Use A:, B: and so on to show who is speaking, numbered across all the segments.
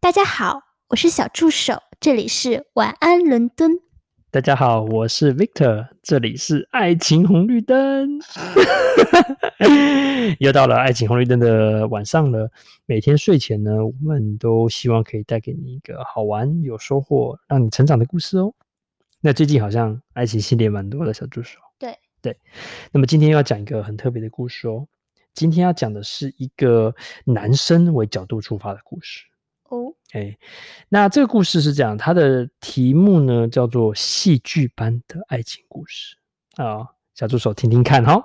A: 大家好，我是小助手，这里是晚安伦敦。
B: 大家好，我是 Victor，这里是爱情红绿灯。 又到了爱情红绿灯的晚上了，每天睡前呢，我们都希望可以带给你一个好玩、有收获、让你成长的故事哦。那最近好像爱情系列蛮多的，小助手。
A: 对
B: 对，那么今天要讲一个很特别的故事哦。今天要讲的是一个男生为角度出发的故事。
A: 哦，
B: 哎，那这个故事是这样，它的题目呢叫做《戏剧般的爱情故事》啊、小助手听听看哈、 哦。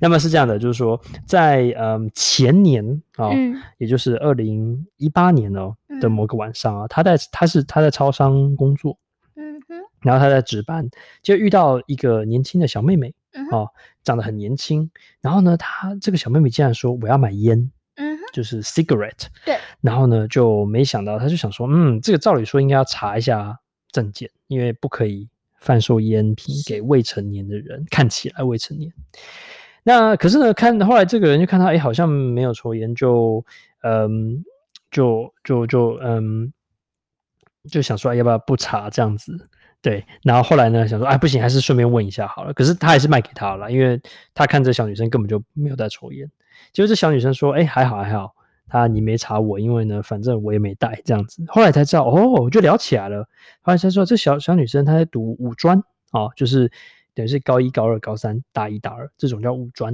B: 那么是这样的，就是说在嗯前年啊、
A: 嗯
B: 也就是二零一八年哦的
A: 嗯
B: 某个晚上啊，他在他是他在超商工作，
A: 嗯哼
B: 然后他在值班，就遇到一个年轻的小妹妹
A: 嗯哼
B: 啊、长得很年轻，然后呢，她这个小妹妹竟然说我要买烟，
A: 嗯哼，
B: 就是 cigarette。
A: 对，
B: 然后呢，就没想到，他就想说，嗯，这个照理说应该要查一下证件，因为不可以贩售烟品给未成年的人，看起来未成年。那可是呢，看后来这个人就看他，哎，好像没有抽烟，就嗯，就就就嗯，就想说，哎要不要不查这样子？对，然后后来呢，想说，哎，不行，还是顺便问一下好了。可是他还是卖给他了，因为他看这小女生根本就没有在抽烟。结果这小女生说，哎，还好还好，他你没查我，因为呢，反正我也没带这样子。后来才知道，哦，就聊起来了。后来才说，这小小女生她在读五专哦，就是等于是高一、高二、高三、大一、大二这种叫五专。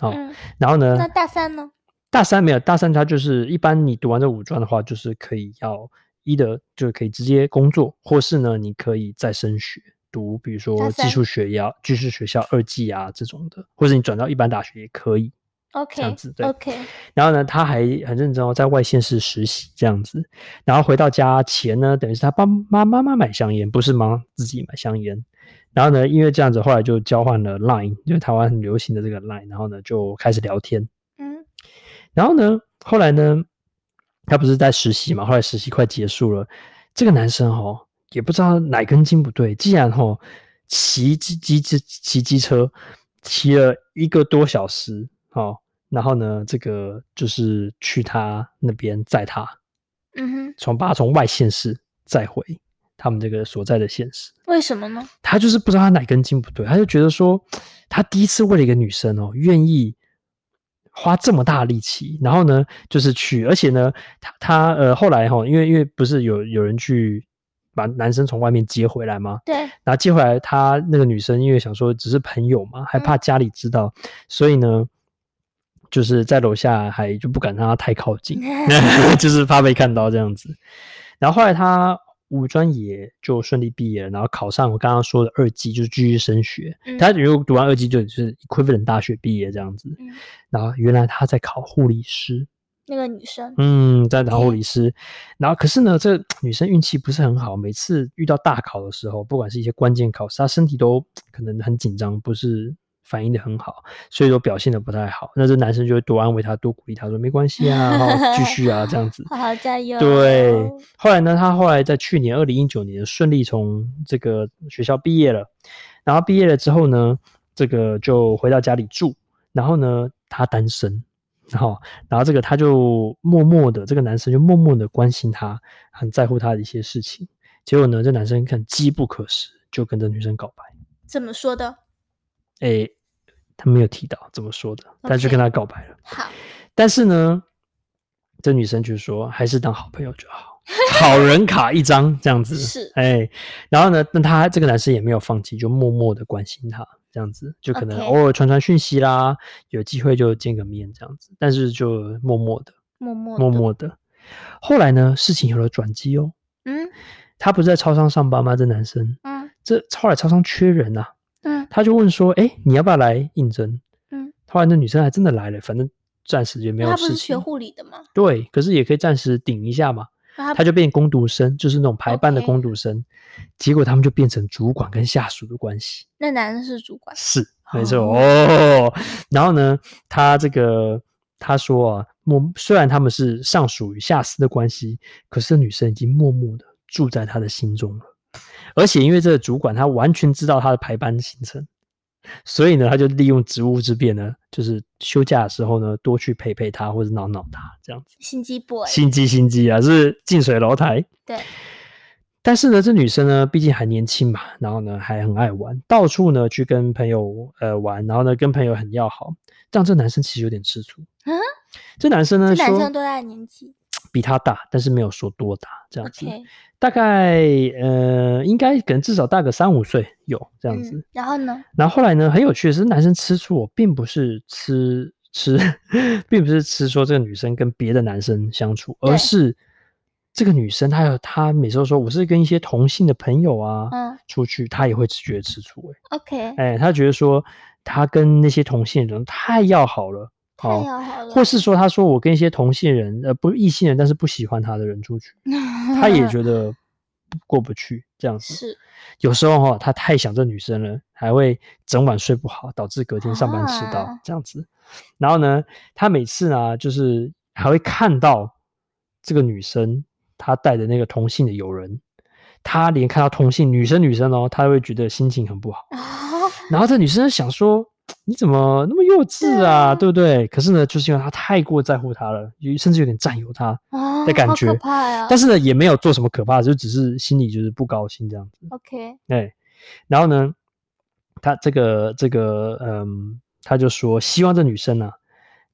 B: 哦，
A: 嗯，
B: 然后呢，
A: 那大三呢？
B: 大三没有，大三它就是一般你读完这五专的话，就是可以要一的就是可以直接工作，或是呢你可以再升学读，比如
A: 大
B: 说技
A: 三
B: 术学校、技术学校二技啊这种的，或者你转到一般大学也可以。这
A: OK
B: 样子对
A: OK，
B: 然后呢，他还很认真哦，在外县市实习这样子。然后回到家前呢，等于是他帮妈妈妈买香烟，不是帮自己买香烟。然后呢，因为这样子，后来就交换了 Line，就是台湾很流行的这个 Line，然后呢就开始聊天。
A: 嗯
B: 然后呢，后来呢，他不是在实习嘛？后来实习快结束了，这个男生哦，也不知道哪根筋不对，竟然哦骑机机机骑机车骑了一个多小时哦，然后呢，这个就是去他那边载他，
A: 嗯哼，
B: 从把他从外县市载回他们这个所在的县市。
A: 为什么呢？
B: 他就是不知道他哪根筋不对，他就觉得说，他第一次为了一个女生哦，愿意花这么大的力气，然后呢，就是去，而且呢，他他呃后来哈、因为因为不是有有人去把男生从外面接回来吗？
A: 对，
B: 然后接回来，他那个女生因为想说只是朋友嘛，还怕家里知道，所以呢，就是在楼下还就不敢让他太靠近，
A: 嗯
B: 就是怕被看到这样子。然后后来他五专也就顺利毕业了，然后考上我刚刚说的二技，就是继续升学。
A: 嗯
B: 他如果读完二技，就就是 equivalent 大学毕业这样子。
A: 嗯
B: 然后原来他在考护理师，
A: 那个女生，
B: 嗯，在考护理师。然后可是呢，这个女生运气不是很好，每次遇到大考的时候，不管是一些关键考试，她身体都可能很紧张，不是。反应的很好，所以说表现的不太好。那这男生就会多安慰她，多鼓励她说没关系啊，好继续啊，这样子。
A: 好好加油。哦
B: 对，后来呢，他后来在去年二零一九年顺利从这个学校毕业了，然后毕业了之后呢，这个就回到家里住，然后呢，他单身，然后然后这个他就默默的，这个男生就默默的关心他，很在乎他的一些事情。结果呢，这男生看机不可失，就跟这女生告白。
A: 怎么说的？
B: 诶，他没有提到怎么说的，但就
A: OK
B: 跟他告白了。
A: 好，
B: 但是呢，这女生就说还是当好朋友就好，好人卡一张这样子。
A: 是
B: 哎，然后呢，那他这个男生也没有放弃，就默默的关心她，这样子，就可能
A: OK
B: 偶尔传传讯息啦，有机会就见个面这样子，但是就默默的，
A: 默默
B: 默
A: 地，
B: 默的。后来呢，事情有了转机哦。
A: 嗯
B: 他不是在超商上班吗？这男生，
A: 嗯
B: 这后来超商缺人啊，
A: 嗯
B: 他就问说：“哎，你要不要来应征？”
A: 嗯，
B: 后来那女生还真的来了，反正暂时也没
A: 那
B: 有
A: 她
B: 事
A: 不
B: 情。
A: 是学护理的吗？
B: 对，可是也可以暂时顶一下嘛，
A: 那
B: 他就变工读生，就是那种排班的
A: OK
B: 工读生。结果他们就变成主管跟下属的关系，
A: 那男的是主管，
B: 是没错
A: 哦
B: 哦。然后呢，他这个他说啊，默虽然他们是上属与下司的关系，可是女生已经默默的住在他的心中了。而且因为这个主管他完全知道他的排班行程，所以呢，他就利用职务之便呢，就是休假的时候呢，多去陪陪他或者闹闹他，这样子。
A: 心机 boy，
B: 心机心机啊，是近水楼台。
A: 对，
B: 但是呢，这女生呢，毕竟还年轻嘛，然后呢，还很爱玩，到处呢去跟朋友呃玩，然后呢跟朋友很要好，让这男生其实有点吃醋。
A: 啊，
B: 这男生
A: 这
B: 呢
A: 男
B: 说
A: 生多大年纪
B: 比他大，但是没有说多大这样子
A: ？OK，
B: 大概呃应该可能至少大个三五岁有这样子。
A: 嗯，然后呢？
B: 然后后来呢，很有趣的是，男生吃醋哦，并不是吃吃， 并不是吃说这个女生跟别的男生相处，而
A: 对
B: 是这个女生她有她每次都说我是跟一些同性的朋友啊、
A: 嗯
B: 出去，她也会觉得吃醋、
A: ，OK，
B: 欸，哎，她觉得说她跟那些同性人太要好了，
A: 太
B: 哦
A: 要好了，
B: 或是说她说我跟一些同性人呃不异性人，但是不喜欢她的人出去，她也觉得不过不去这样子。
A: 是
B: 有时候哈、他太想这女生了，还会整晚睡不好，导致隔天上班迟到、
A: 啊
B: 这样子。然后呢，他每次呢，就是还会看到这个女生她带的那个同性的友人，他连看到同性女生女生哦，他会觉得心情很不好。
A: 啊，
B: 然后这女生想说。你怎么那么幼稚啊，
A: 对啊
B: 对不对？可是呢，就是因为他太过在乎她了，有甚至有点占有她，
A: 啊
B: 的感
A: 好
B: 觉
A: 可怕呀。
B: 但是呢，也没有做什么可怕的，就只是心里就是不高兴这样子。
A: OK，
B: 对，哎然后呢，他这个这个嗯，他就说希望这女生呢、啊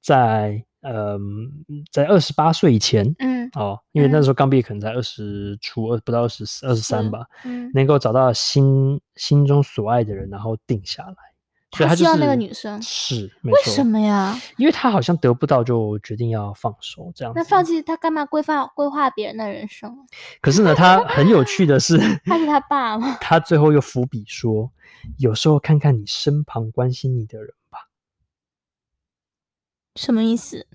B: 在嗯在二十八岁以前
A: 嗯
B: 哦，因为那
A: 嗯
B: 时候刚毕业，可能才二十出二不到二十二十三
A: 是
B: 吧，
A: 嗯，
B: 能够找到心心中所爱的人，然后定下来。所以
A: 他
B: 他就
A: 希望那个
B: 是
A: 女生
B: 是没
A: 为
B: 错
A: 什么呀？
B: 因为他好像得不到，就决定要放手这样子。
A: 那放弃他干嘛规范规划别人的人生？啊
B: 可是呢， 他很有趣的是，
A: 他是他爸 吗？
B: 他最后又伏笔说，有时候看看你身旁关心你的人吧，
A: 什么意思？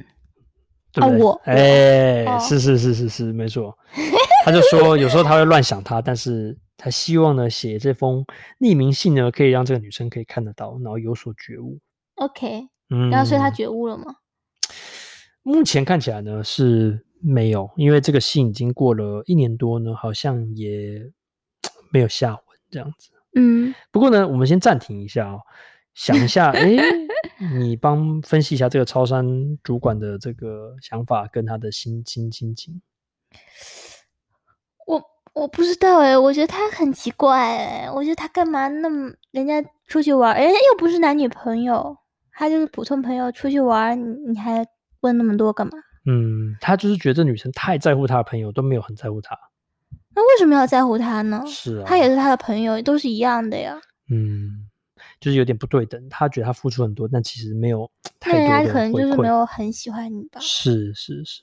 B: 对不
A: 啊
B: 对？
A: 我
B: 哎、
A: 哦
B: 是是是是是，没错。他就说，有时候他会乱想他，但是他希望呢，写这封匿名信呢，可以让这个女生可以看得到，然后有所觉悟。
A: OK，
B: 嗯，
A: 然后所以他觉悟了吗？
B: 目前看起来呢是没有，因为这个信已经过了一年多呢，好像也没有下文这样子。
A: 嗯，
B: 不过呢，我们先暂停一下哦，想一下，诶，你帮分析一下这个超商主管的这个想法跟他的心心心情。
A: 我我不知道哎，我觉得他很奇怪哎，我觉得他干嘛那么人家出去玩儿，人家又不是男女朋友，他就是普通朋友出去玩儿，你你还问那么多干嘛？
B: 嗯，他就是觉得这女生太在乎他的朋友，都没有很在乎他。
A: 那为什么要在乎他呢？
B: 是
A: 哦
B: 啊，
A: 他也是他的朋友，都是一样的呀。
B: 嗯，就是有点不对等。他觉得他付出很多，但其实没有太
A: 那人
B: 多
A: 家
B: 的
A: 可能
B: 回
A: 就是
B: 馈
A: 没有很喜欢你吧？
B: 是是是，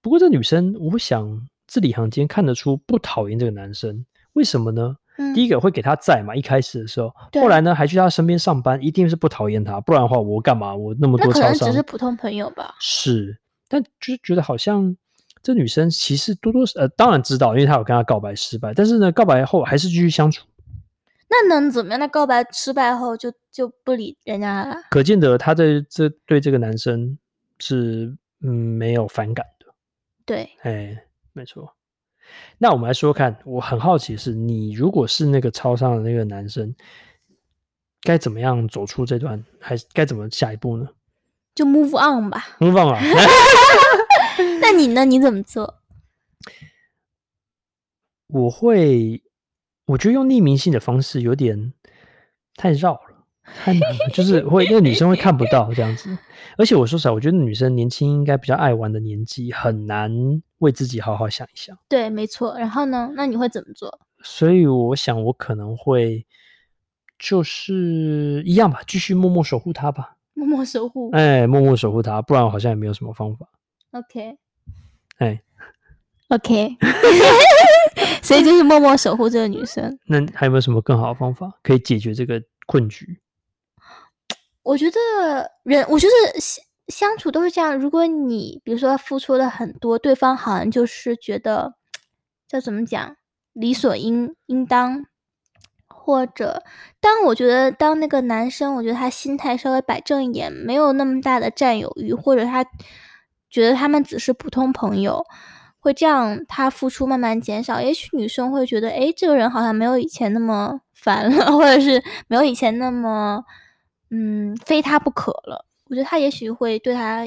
B: 不过这女生，我想字里行间看得出不讨厌这个男生，为什么呢？
A: 嗯，
B: 第一个会给他在嘛，一开始的时候，
A: 对
B: 后来呢还去他身边上班，一定是不讨厌他，不然的话我干嘛？我那么
A: 那
B: 多
A: 可
B: 超
A: 能只
B: 商
A: 是普通朋友吧。
B: 是，但就是觉得好像这女生其实多多少呃，当然知道，因为她有跟他告白失败，但是呢，告白后还是继续相处，
A: 那能怎么样？那告白失败后就就不理人家了？
B: 可见得她对这对这个男生是嗯没有反感的。
A: 对，
B: 哎，没错。那我们来说说看，我很好奇的是，你如果是那个超商的那个男生，该怎么样走出这段，还是该怎么下一步呢？
A: 就 move on 吧。
B: move on 啊，
A: 那你呢？你怎么做？
B: 我会，我觉得用匿名信的方式有点太绕了，太难了，就是会那个女生会看不到这样 子。而且我说实话，我觉得女生年轻应该比较爱玩的年纪，很难为自己好好想一想。
A: 对，没错。然后呢？那你会怎么做？
B: 所以我想，我可能会就是一样吧，继续默默守护她吧。
A: 默默守护。
B: 哎，默默守护她，不然我好像也没有什么方法。
A: OK
B: 哎，
A: OK，所以就是默默守护这个女生。
B: 那还有没有什么更好的方法可以解决这个困局？
A: 我觉得人，我觉得相相处都是这样。如果你比如说付出了很多，对方好像就是觉得叫怎么讲，理所应应当，或者当我觉得当那个男生，我觉得他心态稍微摆正一点，没有那么大的占有欲，或者他觉得他们只是普通朋友。会这样，他付出慢慢减少。也许女生会觉得，诶，这个人好像没有以前那么 烦了，或者是没有以前那么嗯非他不可了。我觉得他也许会对他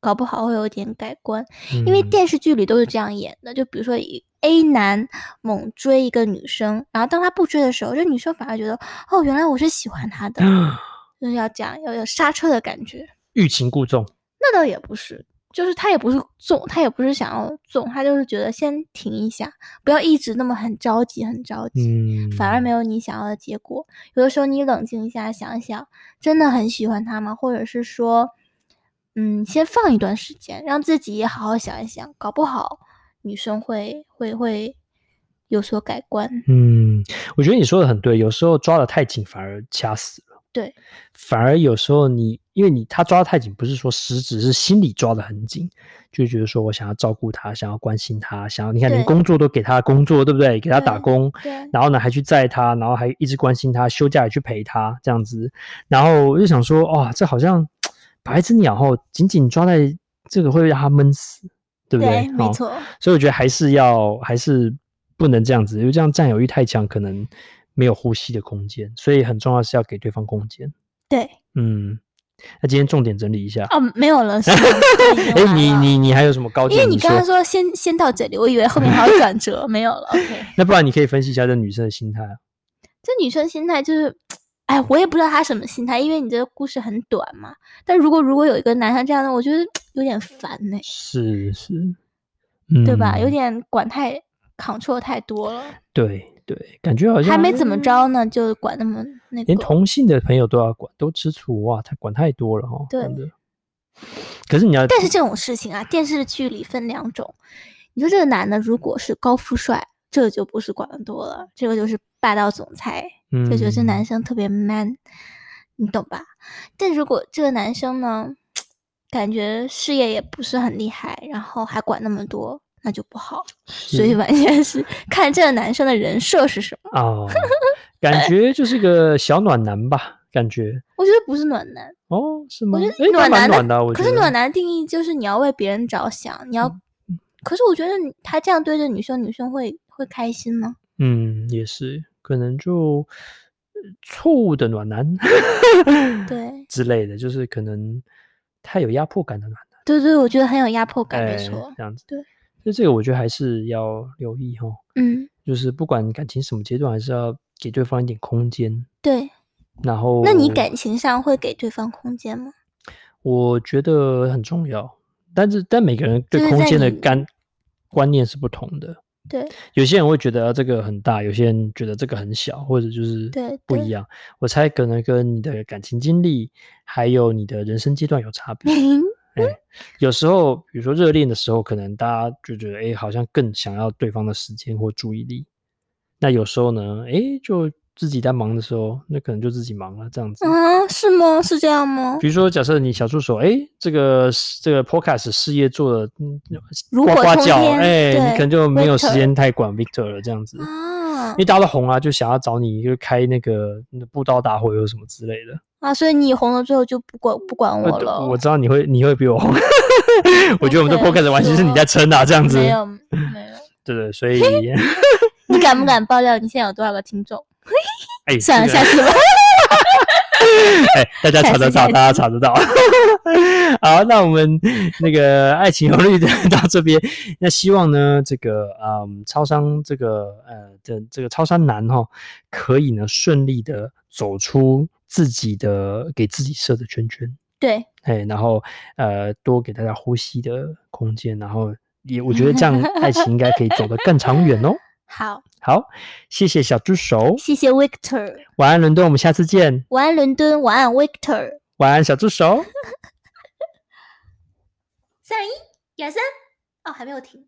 A: 搞不好会有点改观，因为
B: 嗯
A: 电视剧里都是这样演的。就比如说一 A 男猛追一个女生，然后当他不追的时候，这女生反而觉得哦，原来我是喜欢他的，
B: 嗯
A: 就是要这样，要有刹车的感觉。
B: 欲擒故纵，
A: 那倒也不是，就是他也不是纵，他也不是想要纵，他就是觉得先停一下，不要一直那么很着急，很着急，
B: 嗯，
A: 反而没
B: 有，
A: 有你想要的结果。有的时候你冷静一下，想一想，真的很喜欢他吗？或者是说，嗯，先放一段时间，让自己也好好想一想，搞不好女生会会会有所改观。
B: 嗯，我觉得你说的很对，有时候抓的太紧反而掐死了，
A: 对，
B: 反而有时候你因为你他抓的太紧，不是说实质是心里抓的很紧，就觉得说我想要照顾他，想要关心他，想要你看连
A: 对
B: 工作都给他工作，对不对？给他打
A: 对
B: 工，
A: 对，啊
B: 然后呢还去载他，然后还一直关心他，休假也去陪他这样子。然后我就想说，哇、这好像把一只鸟哦紧紧抓在这个会让它闷死，对不对？
A: 没
B: 哦
A: 错，
B: 所以我觉得还是要还是不能这样子，因为这样占有欲太强，可能没有呼吸的空间。所以很重要是要给对方空间。
A: 对，
B: 嗯，那今天重点整理一下。
A: 哦，没有了，是吗 已经
B: 哎、
A: 完
B: 你
A: 了
B: 你你还有什么高
A: 啊因为
B: 见？
A: 你
B: 说
A: 刚刚说先先到这里，我以为后面还有转折，没有 了。OK，
B: 那不然你可以分析一下这女生的心态啊。
A: 这女生心态就是，哎，我也不知道她什么心态，因为你这个故事很短嘛。但如果如果有一个男生这样的，我觉得有点烦呢、
B: 是是，嗯，
A: 对吧？有点管太 control 太多了，
B: 对对，感觉好像嗯
A: 还没怎么着呢，就管那么那个
B: 连。同性的朋友都要管，都吃醋哇，他管太多了哦。
A: 对
B: 真的。可是你要，
A: 但是这种事情啊，电视剧里分两种。你说这个男的如果是高富帅，这个就不是管的多了，这个就是霸道总裁，就觉得这
B: 嗯
A: 男生特别 man，你懂吧？但如果这个男生呢，感觉事业也不是很厉害，然后还管那么多，那就不好。所以
B: 是
A: 完全是看这个男生的人设是什么。
B: 哦，感觉就是个小暖男吧，感觉
A: 我觉得不是暖男，
B: 哦，是
A: 我
B: 吗？
A: 觉
B: 诶
A: 得
B: 那
A: 暖
B: 蛮
A: 男
B: 暖的啊，我
A: 可
B: 觉
A: 是
B: 得嗯
A: 暖男定义就是你要为别人着想，你要。可是我觉得你他这样对着女生，女生会会开心吗？
B: 嗯，也是，可能就呃错误的暖男
A: 对
B: 之类的，就是可能太有压迫感的暖男，
A: 对对，我觉得很有压迫感，没
B: 诶
A: 错。
B: 这样子。
A: 对，
B: 所以这个我觉得还是要留意哦，
A: 嗯，
B: 就是不管感情什么阶段，还是要给对方一点空间。
A: 对。
B: 然后，
A: 那你感情上会给对方空间吗？
B: 我觉得很重要，但是但每个人对
A: 就是
B: 空
A: 在
B: 间的
A: 你
B: 干观念是不同的。
A: 对
B: 有些人会觉得啊这个很大，有些人觉得这个很小，或者就是
A: 对
B: 不
A: 对
B: 一样。我猜可能跟你的感情经历，还有你的人生阶段有差别。 有时候，比如说热恋的时候，可能大家就觉得，哎、好像更想要对方的时间或注意力。那有时候呢，哎、就自己在忙的时候，那可能就自己忙了这样子。
A: 啊，是吗？是这样吗？
B: 比如说，假设你小助手，哎，这个这个 podcast 事业做的嗯
A: 如
B: 呱
A: 火
B: 呱
A: 冲
B: 叫，
A: 天
B: 哎，你
A: 对
B: 可能就没有时
A: Victor
B: 间太管 Victor 了这样子。
A: 啊
B: 因为大家都红啊，就想要找你，就开那个布道大会或什么之类的。
A: 啊！所以你红了之后就不管不管我了
B: 呃我。我知道你会，你会比我 红。我觉得我们这
A: 不会
B: podcast 完全是你
A: 我
B: 在撑啊，这样子。
A: 没有没有，
B: 对 对，所以
A: 你敢不敢爆料你现在有多少个听众？
B: 哎，
A: 算了，
B: 这个
A: 下次吧。
B: 哎，大家
A: 下
B: 查
A: 次
B: 得
A: 下
B: 到，大家查得到。 好，那我们那个爱情红绿灯 到这边，那希望呢，这个嗯，超商这个呃的这个超商男哈、可以呢顺利的走出自己的给自己设的圈圈。
A: 对，
B: 哎，然后呃，多给大家呼吸的空间，然后也我觉得这样爱情应该可以走得更长远哦。
A: 好，
B: 好，谢谢小助手，
A: 谢谢 Victor，
B: 晚安伦敦，我们下次见，
A: 晚安伦敦，晚安 Victor，
B: 晚安小助手。
A: 三二一，亚森，哦，还没有停。